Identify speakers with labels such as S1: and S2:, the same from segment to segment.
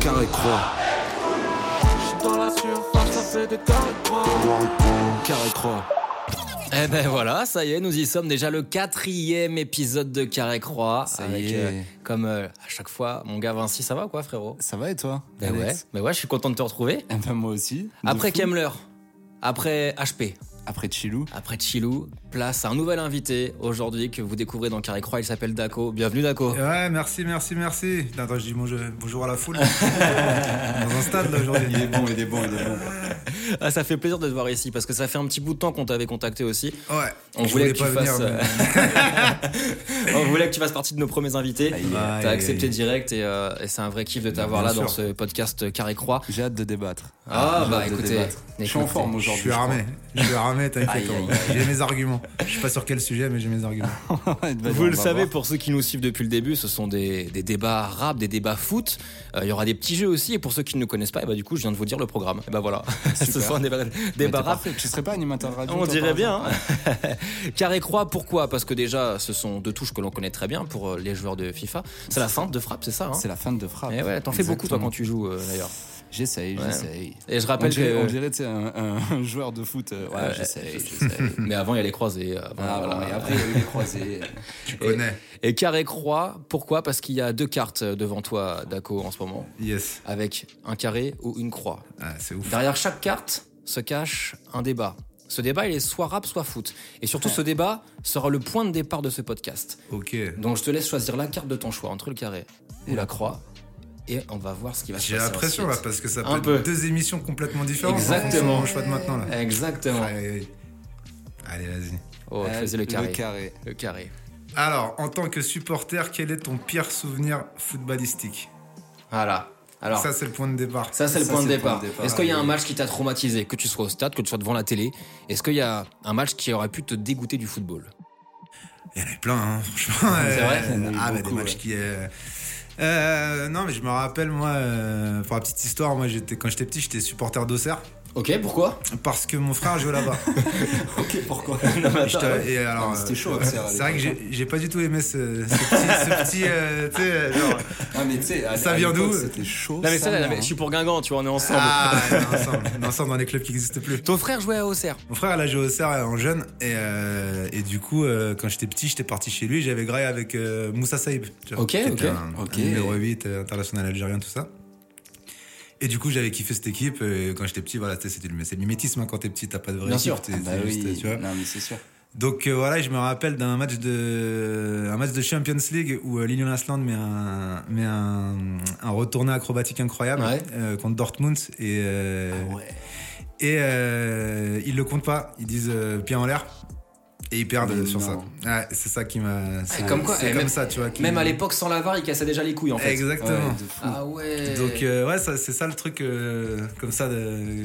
S1: carré croix.
S2: J'suis dans la surface, ça fait des carrés croix.
S1: Carré croix.
S3: Eh ben voilà, ça y est, nous y sommes déjà le quatrième épisode de Carré Croix.
S1: Ça
S3: avec,
S1: y est.
S3: euh, comme euh, à chaque fois, mon gars Vinci, ça va ou quoi, frérot
S1: Ça va et toi
S3: Ben ouais,
S1: Alex
S3: ben ouais, je suis content de te retrouver.
S1: Eh ben moi aussi. De
S3: Après
S1: fou.
S3: Kemmler, après HP,
S1: Après Chilou.
S3: après Chilou, place à un nouvel invité aujourd'hui que vous découvrez dans Carré Croix. Il s'appelle Daco. Bienvenue Daco.
S1: Euh.
S4: Ouais, merci, merci, merci. Putain, Attends, je dis bonjour, bonjour à la foule. Dans un stade, là, aujourd'hui.
S1: Il est bon, il est bon, il est bon.
S3: Ah, ça fait plaisir de te voir ici parce que ça fait un petit bout de temps qu'on t'avait contacté aussi.
S4: Ouais,
S3: On
S4: je
S3: voulait
S4: voulais
S3: que tu
S4: pas venir.
S3: fasses,
S4: mais-
S3: On voulait Oh, que tu fasses partie de nos premiers invités.
S1: Aïe, Bah, aïe,
S4: aïe,
S3: T'as accepté
S4: aïe.
S3: direct et, euh, et c'est un vrai kiff de t'avoir
S4: bien
S3: là dans
S4: sûr.
S3: ce podcast Carré Croix.
S1: J'ai hâte de débattre.
S3: Ah,
S1: J'ai
S3: bah,
S1: hâte de
S3: écoutez,
S1: débattre. Je suis en
S3: écoutez,
S1: forme
S4: Je
S1: aujourd'hui.
S4: suis armé, je suis armé, t'inquiète.
S3: Aïe, aïe,
S4: hein. J'ai mes arguments. Je suis pas sur quel sujet, mais j'ai mes arguments.
S1: bah,
S3: Vous le savez, pour ceux qui nous suivent depuis le début, ce sont des, des débats rap, des débats foot. Euh, Il y aura des petits jeux aussi. Et pour ceux qui ne nous connaissent pas, et bah, du coup, je viens de vous dire le programme. Et bah voilà, ce
S1: Super. Bah,
S3: sont des débats rap.
S1: Tu serais pas animateur de radio
S3: On
S1: toi,
S3: dirait
S1: par
S3: bien.
S1: hasard
S3: hein. Carré croix, pourquoi Parce que déjà, ce sont deux touches que l'on connaît très bien pour euh, les joueurs de FIFA. C'est la feinte de frappe, c'est ça hein
S1: C'est la fin de frappe.
S3: Eh ouais, t'en fais beaucoup toi
S1: Exactement.
S3: quand tu joues euh, d'ailleurs.
S1: J'essaye,
S3: Ouais.
S1: j'essaye.
S3: Et je
S1: On
S3: rappelle
S1: dirait,
S3: que.
S1: on dirait, tu sais, un, un joueur de foot. euh, Ouais,
S3: Ouais.
S1: j'essaye, j'essaye.
S3: Mais avant, il y a les croisés. euh, avant,
S1: Ah,
S3: voilà.
S1: bon, et après, il y a eu les croisés.
S4: Tu connais.
S3: Et carré croix, pourquoi Parce qu'il y a deux cartes euh, devant toi, Daco, en ce moment,
S4: Yes.
S3: avec un carré ou une croix.
S4: Ah, c'est ouf.
S3: Derrière chaque carte se cache un débat. Ce débat, il est soit rap, soit foot. Et surtout, ce débat sera le point de départ de ce podcast.
S4: Ok.
S3: Donc, je te laisse choisir la carte de ton choix, entre le carré ou la croix, et on va voir ce qui va se passer.
S4: J'ai la pression là,
S3: ensuite.
S4: parce que ça peut
S3: Un
S4: être
S3: peu.
S4: deux émissions complètement différentes. en fonction de
S3: Exactement. Eh,
S4: mon choix de maintenant là.
S3: Exactement.
S4: Aïe, aïe, aïe. Allez, vas-y.
S3: Oh, je
S1: Euh,
S3: faisais le carré.
S1: Le carré.
S3: Le carré.
S4: Alors, en tant que supporter, quel est ton pire souvenir footballistique
S3: Voilà. Alors,
S4: Ça, c'est le point de départ.
S3: Ça, c'est le
S1: Ça,
S3: point de
S1: c'est le point de
S3: départ.
S1: départ.
S3: Est-ce qu'il y a un match qui t'a traumatisé, que tu sois au stade, que tu sois devant la télé Est-ce qu'il y a un match qui aurait pu te dégoûter du football
S4: Il y en avait plein, hein, franchement.
S3: C'est vrai
S4: Euh,
S1: Il y en a eu
S4: Ah, bah,
S1: beaucoup,
S4: des matchs
S1: ouais.
S4: qui. euh, euh, non, mais je me rappelle, moi, euh, pour la petite histoire, moi, j'étais, quand j'étais petit, j'étais supporter d'Auxerre
S3: Ok, pourquoi
S4: parce que mon frère jouait là-bas.
S1: Ok, pourquoi
S4: Et j'étais- et alors,
S1: Ah, mais c'était
S4: euh,
S1: chaud, Auxerre, à
S4: C'est vrai que
S1: l'époque, hein.
S4: j'ai, j'ai pas du tout aimé ce, ce petit. ce petit, euh, tu sais, euh, genre,
S1: Ah, mais tu sais, à-
S4: Ça
S1: à
S4: vient
S1: l'époque,
S4: d'où
S1: C'était chaud.
S3: Non, mais
S1: ça,
S3: ça, là,
S1: non,
S3: mais
S1: hein.
S3: je suis pour Guingamp, tu vois, on est ensemble.
S4: ah, on est ensemble, on est ensemble dans les clubs qui n'existent plus.
S3: Ton frère jouait à Auxerre.
S4: Mon frère, là, joué au Auxerre euh, en jeune. Et, euh, et du coup, euh, quand j'étais petit, j'étais parti chez lui. J'avais graillé avec euh, Moussa Saïb. tu vois,
S3: Ok,
S4: qui était
S3: ok,
S4: Un, un
S1: ok.
S4: numéro 8 euh, international algérien, tout ça. Et du coup, j'avais kiffé cette équipe. euh, quand j'étais petit, voilà, c'était c'était le, mais c'est le mimétisme. hein, quand t'es petit, t'as pas de vraie
S3: Bien
S4: équipe.
S3: sûr.
S4: t'es-
S1: Ah, bah
S4: t'es juste,
S1: oui.
S4: tu vois.
S1: Non, mais c'est sûr.
S4: Donc euh, voilà, je me rappelle d'un match de un match de Champions League où euh, Lilian Asland met un met un, un retourné acrobatique incroyable
S3: Ouais. Ah
S4: euh, contre Dortmund et euh,
S1: ouais.
S4: et euh, ils le comptent pas, ils disent euh, pied en l'air et ils perdent
S1: Mais
S4: sur
S1: non.
S4: ça. Ouais, c'est ça qui m'a
S3: C'est comme quoi, eh,
S4: c'est comme
S3: même-
S4: ça, tu vois. qui-
S3: Même à l'époque, sans l'avare, il cassait déjà les couilles, en fait.
S4: Exactement.
S1: Ouais, de fou.
S3: Ah ouais.
S4: Donc euh, ouais, ça, c'est ça le truc euh, comme ça de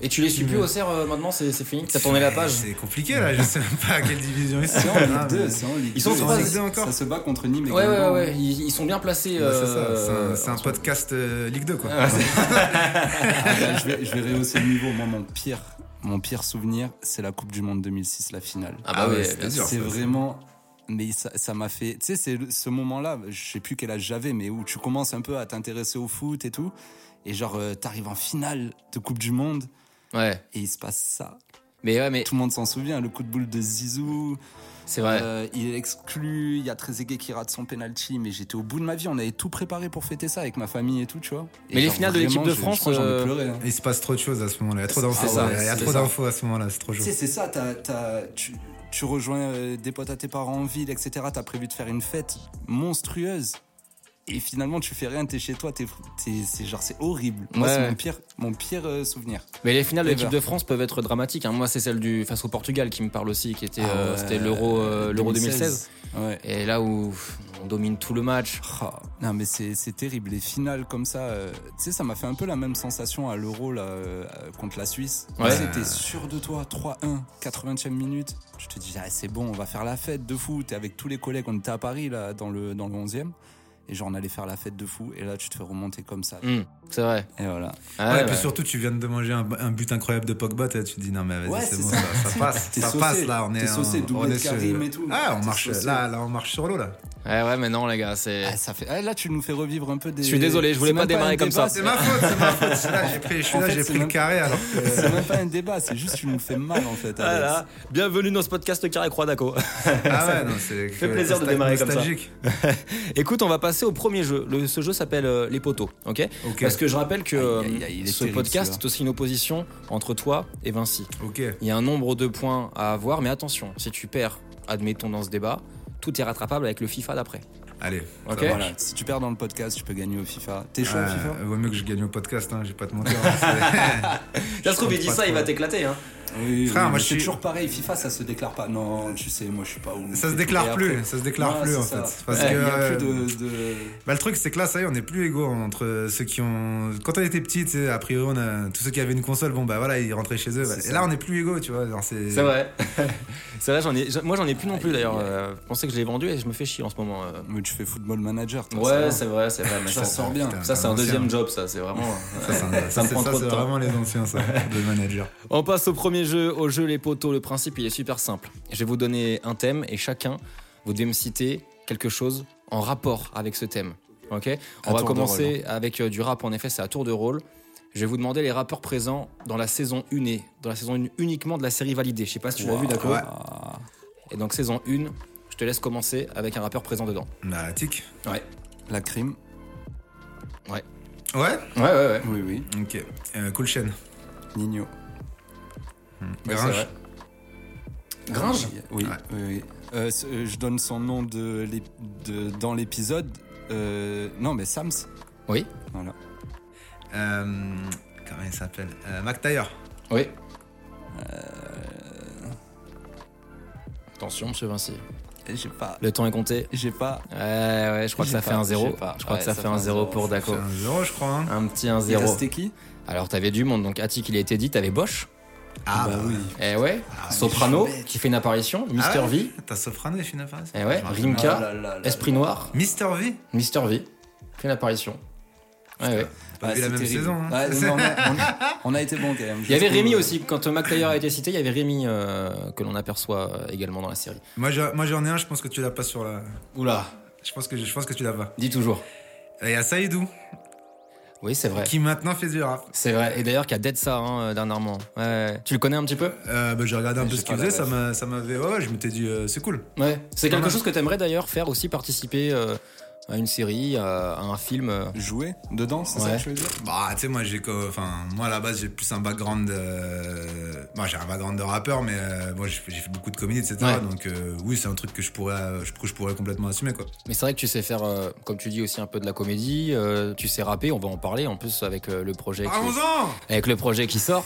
S3: Et tu les suis plus Auxerre euh, maintenant, c'est c'est fini T'as tourné la page
S4: C'est compliqué là, je sais même pas à quelle division ils sont.
S1: C'est en Ligue
S4: Ah,
S1: 2,
S4: mais-
S1: c'est en Ligue
S3: Ils sont
S1: deux,
S3: trois,
S1: hein.
S3: ils
S4: sont encore.
S1: Ça se bat contre Nîmes et
S3: Ouais, ouais, ouais,
S1: Guingamp.
S3: ouais, Ils, ils sont bien placés.
S4: Bah, c'est ça,
S3: euh,
S4: c'est un- c'est un,
S3: en ce moment.
S4: podcast euh, Ligue 2 quoi.
S1: Ah, bah, je, vais, je vais rehausser le niveau. Moi, mon pire, mon pire souvenir, c'est la Coupe du Monde 2006, la finale.
S3: Ah bah
S4: Ah ouais,
S3: ouais,
S4: c'était
S3: bien sûr.
S4: sûr,
S1: c'est
S4: ça,
S1: vraiment. Mais ça ça m'a fait. Tu sais, c'est le- ce moment-là, je sais plus quel âge j'avais, mais où tu commences un peu à t'intéresser au foot et tout. Et genre, euh, t'arrives en finale de Coupe du Monde
S3: Ouais.
S1: et il se passe ça.
S3: Mais ouais, mais
S1: Tout le monde s'en souvient, le coup de boule de Zizou.
S3: c'est vrai.
S1: Euh, il est exclu, il y a Trezeguet qui rate son penalty, mais j'étais au bout de ma vie, on avait tout préparé pour fêter ça avec ma famille et tout, tu vois. Et
S3: Mais les
S1: genre,
S3: finales de l'équipe
S1: vraiment,
S3: de
S1: je- je
S3: France,
S1: crois que j'en ai
S3: euh,
S1: pleuré, hein.
S4: Il se passe trop de choses à ce moment-là. Il y a trop
S1: C'est
S4: d'infos.
S3: ça,
S4: il y a
S3: c'est
S4: trop
S3: ça.
S4: d'infos à ce moment-là. C'est trop
S1: Tu
S4: chaud.
S1: sais, c'est ça, t'as- t'as- tu, tu rejoins euh, des potes à tes parents en ville, etc. T'as prévu de faire une fête monstrueuse. Et finalement, tu fais rien, t'es chez toi, t'es, t'es- c'est genre, c'est horrible. Moi,
S3: Ouais.
S1: c'est mon pire, mon pire euh, souvenir.
S3: Mais les finales de
S1: Ever.
S3: l'équipe de France peuvent être dramatiques. hein. Moi, c'est celle du face au Portugal qui me parle aussi, qui était,
S1: Ah
S3: euh,
S1: ouais,
S3: c'était l'Euro, euh, l'Euro 2016.
S1: Ouais.
S3: Et là où pff, on domine tout le match.
S1: Ah, non mais c'est c'est terrible, les finales comme ça, euh, tu sais ça m'a fait un peu la même sensation à l'euro là, euh, euh, contre la Suisse.
S3: Ouais.
S1: C'était sûr de toi, 3-1, 80 e minute, je te dis ah, c'est bon on va faire la fête de fou, t'es avec tous les collègues, on était à Paris là dans le, dans le 11 e et genre on allait faire la fête de fou et là tu te fais remonter comme ça.
S3: Hmm, c'est vrai.
S1: Et voilà.
S3: Ah
S4: Ouais,
S3: ouais,
S4: et puis
S3: ouais.
S4: surtout, tu viens de manger un, un but incroyable de Pogba. t'as- Tu te dis, non, mais vas-y,
S1: Ouais,
S4: c'est
S1: c'est
S4: bon,
S1: ça.
S4: ça, ça passe.
S1: T'es
S4: ça
S1: saucé.
S4: passe là. On est,
S1: T'es saucé,
S4: on, on
S1: doublé de
S4: est sur-
S1: Karim et tout.
S4: Ah, on
S1: T'es
S4: marche,
S1: saucé.
S4: là, là, on marche sur l'eau là.
S3: Eh Ouais, ouais, mais non, les gars, c'est.
S1: Ah, ça fait... ah, là, tu nous fais revivre un peu des.
S3: Je suis désolé, je voulais
S1: C'est
S3: pas
S1: même
S3: démarrer
S1: un
S3: comme
S1: débat,
S3: ça.
S4: C'est ma faute, c'est ma faute. Je suis là, j'ai pris, je suis
S1: En
S4: là,
S1: fait,
S4: j'ai
S1: c'est
S4: pris le
S1: même-
S4: carré alors
S1: c'est-
S4: que.
S1: C'est même pas un débat, c'est juste tu nous fais mal en fait. Alex.
S3: Voilà. Bienvenue dans ce podcast Carré Croix d'Aco.
S4: Ah ouais, non, c'est.
S3: fait plaisir de
S4: nostal-
S3: démarrer comme ça.
S4: nostalgique.
S3: Écoute, on va passer au premier jeu. Le- ce jeu s'appelle euh, Les Poteaux, ok
S4: Ok.
S3: Parce que je rappelle que euh,
S1: Aïe, aïe, aïe, il est
S3: ce
S1: terrible,
S3: podcast
S1: celui-là.
S3: est aussi une opposition entre toi et Vinci.
S4: Ok.
S3: Il y a un nombre de points à avoir, mais attention, si tu perds, admettons dans ce débat, tout est rattrapable avec le FIFA d'après.
S4: Allez.
S3: Ok
S4: Ça va.
S1: Voilà, si tu perds dans le podcast, tu peux gagner au FIFA. T'es chaud au
S4: Ouais,
S1: FIFA
S4: Euh, vaut mieux que je gagne au podcast, hein, j'ai pas de mentir. hein,
S3: Ça se trouve,
S4: Je
S3: il dit
S4: comprends
S3: ça,
S4: pas
S3: il
S4: trop.
S3: va t'éclater. Hein.
S1: Oui,
S4: Frère,
S1: oui,
S4: moi,
S1: mais
S4: je
S1: c'est
S4: suis-
S1: toujours pareil, FIFA ça se déclare pas. Non, tu sais, moi je suis pas ouf.
S4: c'est- ça se
S1: Et
S4: déclare
S1: après-
S4: plus, ça se déclare
S1: Ouais,
S4: plus
S1: c'est
S4: en
S1: ça.
S4: fait. Parce
S1: Ouais,
S4: que
S1: il y a
S4: euh,
S1: plus de. de-
S4: bah, le truc c'est que là, ça y est, on est plus égaux entre ceux qui ont. Quand on était petit, tu sais, a priori, on a... tous ceux qui avaient une console, bon bah voilà, ils rentraient chez eux. bah,
S1: C'est
S4: Et
S1: ça.
S4: là, on est plus égaux, tu vois. genre, C'est
S3: C'est vrai. c'est vrai, j'en ai, j'en- moi j'en ai plus non plus
S1: Aïe,
S3: d'ailleurs.
S1: aïe, aïe.
S3: Euh, Je pensais que je l'ai vendu et je me fais chier en ce moment. euh.
S1: Mais tu fais football manager, toi. ça
S3: Ouais,
S1: va.
S3: c'est vrai, c'est vrai. mais
S1: Ça sort bien.
S4: Putain,
S3: Ça, c'est un
S4: ancien.
S3: deuxième job, ça. C'est vraiment.
S4: Ça, c'est un- ça,
S3: me
S4: c'est-
S3: prend
S4: ça,
S3: trop de
S4: c'est
S3: temps.
S4: vraiment les anciens, ça, de manager.
S3: On passe au premier jeu, au jeu Les Poteaux. Le principe, il est super simple. Je vais vous donner un thème et chacun, vous devez me citer quelque chose en rapport avec ce thème. Ok On
S1: À
S3: va
S1: tour de
S3: commencer avec euh, du rap, en effet, c'est à tour de rôle. Je vais vous demander les rappeurs présents dans la saison 1 et dans la saison 1 uniquement de la série validée. Je sais pas si tu l'as vu, d'accord
S4: Ouais.
S1: Ah.
S3: Et donc, saison 1, je te laisse commencer avec un rappeur présent dedans.
S4: Bah, tic.
S3: Ouais.
S1: La crime.
S4: Ouais
S3: Ouais, ouais, ouais.
S1: Oui, oui.
S4: Ok. Euh, cool chaîne.
S1: Nino.
S3: Ouais, c'est vrai. Gringe
S1: Oui,
S4: Ouais.
S1: oui, oui. Euh, ce- euh, je donne son nom de, l'ép- de- dans l'épisode. Euh, non, mais Sams.
S3: Oui.
S1: Voilà.
S4: Euh, comment il s'appelle euh, Mac Taylor.
S3: Oui. Attention, monsieur Vinci.
S1: J'ai pas.
S3: Le temps est compté.
S1: J'ai pas.
S3: Ouais, ouais, je crois que
S1: J'ai
S3: ça
S1: pas,
S3: fait un zéro.
S1: j'ai pas.
S3: Je crois que
S1: Ouais,
S3: ça, fait un zéro pour
S1: ça
S3: Daco.
S4: C'est un zéro, je crois. hein.
S3: Un petit un
S1: Il
S3: zéro.
S1: restait qui
S3: Alors, t'avais du monde. Donc, Attic, il a été dit, t'avais Bosch.
S4: Ah,
S1: Bah oui.
S3: Eh ouais.
S4: Ah,
S3: Soprano,
S1: mais je suis bête.
S3: qui fait une apparition. Mister
S4: Ah ouais
S3: V.
S4: T'as Soprano et Final Fantasy
S3: Eh ouais.
S4: Je me rappelle.
S1: Ah
S3: Rimka.
S1: là là là
S3: Esprit Noir.
S4: Mister V
S3: Mister V. Fait une apparition. Ouais, ouais.
S4: pas vu la
S1: Bah, c'est
S4: même saison, hein.
S1: Ouais, non, mais on, a, on a été bon quand même.
S3: Il y avait
S1: Je trouve,
S3: Rémi
S1: euh,
S3: aussi. Quand euh, McTayer a été cité, il y avait Rémi euh, que l'on aperçoit euh, également dans la série.
S4: Moi j'ai- moi, j'en ai un, je pense que tu l'as pas sur la.
S3: Oula.
S4: Je pense que, je pense que tu l'as pas.
S3: Dis toujours.
S4: Et Il y a Saïdou,
S3: Oui, c'est vrai.
S4: qui maintenant fait du rap.
S3: C'est vrai. Et d'ailleurs, qui a dead ça hein, euh, dernièrement. Ouais, ouais. Tu le connais un petit peu
S4: Euh, bah, j'ai regardé un
S1: Mais
S4: peu
S1: j'ai
S4: ce qu'il
S1: pas la
S4: faisait, ça
S1: ref.
S4: m'a- ça m'avait. Ouais, ouais, je m'étais dit, euh, c'est cool.
S3: Ouais. C'est
S4: Pas
S3: quelque
S4: mal.
S3: chose que t'aimerais d'ailleurs faire aussi participer euh, à une série, à, à un film. euh.
S1: Jouer dedans, c'est ça
S3: Ouais.
S1: que je veux dire
S4: Bah, tu sais, moi, j'ai. co- Enfin, moi, à la base, j'ai plus un background. euh, Moi, j'ai un background de rappeur, mais euh, moi, j'ai fait j'ai fait beaucoup de comédie, etc.
S3: Ouais.
S4: Donc, euh, oui, c'est un truc que je pourrais, euh, je, que je pourrais complètement assumer, quoi.
S3: Mais c'est vrai que tu sais faire, euh, comme tu dis aussi un peu de la comédie. euh, tu sais rapper. On va en parler en plus avec euh, le projet. Qui,
S4: Parlons-en
S3: avec le projet qui sort.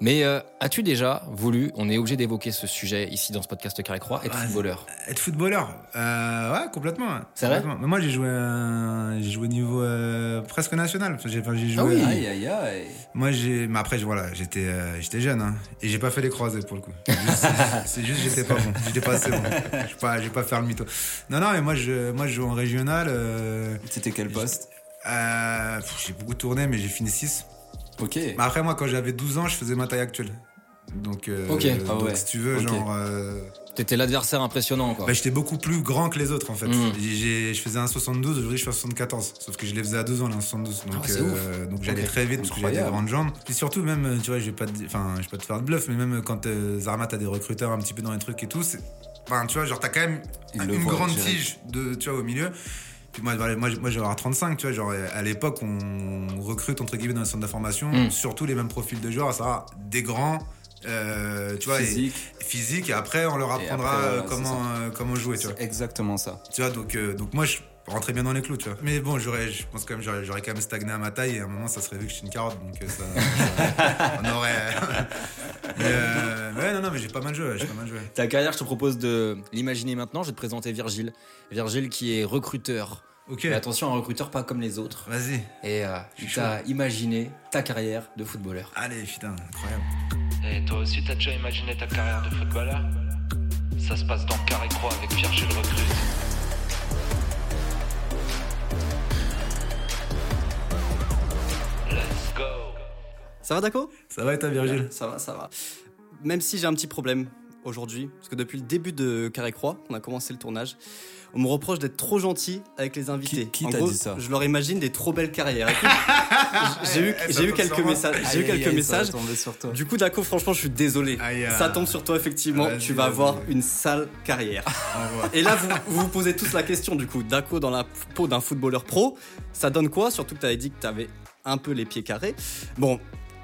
S3: Mais euh, as-tu déjà voulu On est obligé d'évoquer ce sujet ici dans ce podcast Carré Croix. Être
S4: Vas-y.
S3: footballeur.
S4: Être footballeur euh, Ouais, complètement.
S3: C'est vrai
S4: Complètement. Mais Moi, j'ai joué, euh, j'ai joué au niveau euh, presque national. Enfin, j'ai enfin, j'ai joué.
S3: Ah oui.
S4: euh,
S1: Aïe, aïe, aïe.
S4: Moi, j'ai. Mais après, je- voilà, j'étais euh, j'étais jeune. hein. et j'ai pas fait les croisés pour le coup. C'est juste- C'est juste, j'étais pas bon. J'étais pas assez bon. Je vais pas, je vais pas faire le mytho. Non, non, mais moi, je, moi, je joue en régional. euh,
S1: C'était quel poste
S4: euh, pff, j'ai beaucoup tourné, mais j'ai fini 6.
S1: Ok.
S4: Mais après, moi, quand j'avais 12 ans, je faisais ma taille actuelle. Donc, euh,
S3: Ok.
S4: donc,
S1: Ah ouais.
S4: si tu veux,
S1: Ok.
S4: genre. euh,
S3: T'étais l'adversaire impressionnant, quoi.
S4: bah, j'étais beaucoup plus grand que les autres en fait.
S3: Mm.
S4: J'ai- j'ai- Je faisais un 72, aujourd'hui je fais un 74. Sauf que je les faisais à 2 ans, là, un 72. Donc,
S3: Ah, c'est
S4: euh, donc j'allais
S3: Ok.
S4: très vite parce que j'avais des
S1: Incroyable.
S4: grandes jambes. Et surtout, même, euh, tu vois, je vais pas, te dire- enfin, je vais pas te faire de bluff, mais même euh, quand euh, Zarma, t'as des recruteurs un petit peu dans les trucs et tout, c'est. Enfin, tu vois, genre, t'as quand même
S1: Ils
S4: un-
S1: le
S4: une
S1: voient
S4: grande
S1: direct.
S4: tige de, tu vois, au milieu. Puis moi, voilà, moi, j'ai- moi, je vais avoir 35, tu vois, genre, euh, à l'époque, on recrute, entre guillemets, dans les centres d'information,
S3: Mm.
S4: surtout les mêmes profils de joueurs, à savoir des grands, euh, tu vois, et-
S1: Physique,
S4: physique et après on leur
S1: Et
S4: apprendra
S1: après,
S4: euh,
S1: voilà,
S4: comment, euh, comment jouer tu vois.
S1: c'est exactement ça.
S4: Tu vois donc, euh, donc moi je rentrais bien dans les clous tu vois. Mais bon j'aurais je pense quand même j'aurais, j'aurais quand même stagné à ma taille et à un moment ça serait vu que je suis une carotte donc euh, ça on aurait mais, euh, mais ouais, non non mais j'ai pas mal joué ouais, j'ai pas mal joué.
S3: Ta carrière, je te propose de l'imaginer maintenant. Je vais te présenter Virgile. Virgile qui est recruteur.
S4: OK.
S3: Mais attention, un recruteur pas comme les autres.
S4: Vas-y.
S3: Et euh,
S4: Je suis
S3: il t'a imaginé ta carrière de footballeur.
S4: Allez putain incroyable.
S5: Et Eh, toi aussi, t'as déjà imaginé ta carrière de footballeur Ça se passe dans Carré Croix avec Pierre Gilles Recrute. Let's go
S6: Ça va, Daco
S4: Ça va et toi Virgile
S6: Ça va, ça va. Même si j'ai un petit problème, aujourd'hui Parce que depuis le début de Carré Croix, on a commencé le tournage, on me reproche d'être trop gentil avec les invités.
S1: Qui- qui
S6: en
S1: t'a
S6: gros,
S1: dit ça
S6: je leur imagine des trop belles carrières. j'ai eu,
S4: Eh, ça
S6: j'ai eu
S4: tombe
S6: quelques
S4: sur moi.
S6: messages. J'ai eu quelques messages.
S1: sur toi.
S6: Du coup, Daco, franchement, je suis désolé.
S4: Aïe, euh,
S6: Ça tombe sur toi, effectivement.
S4: vas-y,
S6: Tu vas
S4: vas-y.
S6: avoir une sale carrière.
S4: Envoie.
S6: Et là, vous, vous vous posez tous la question, du coup, Daco dans la peau d'un footballeur pro, ça donne quoi Surtout que tu avais dit que tu avais un peu les pieds carrés. Bon,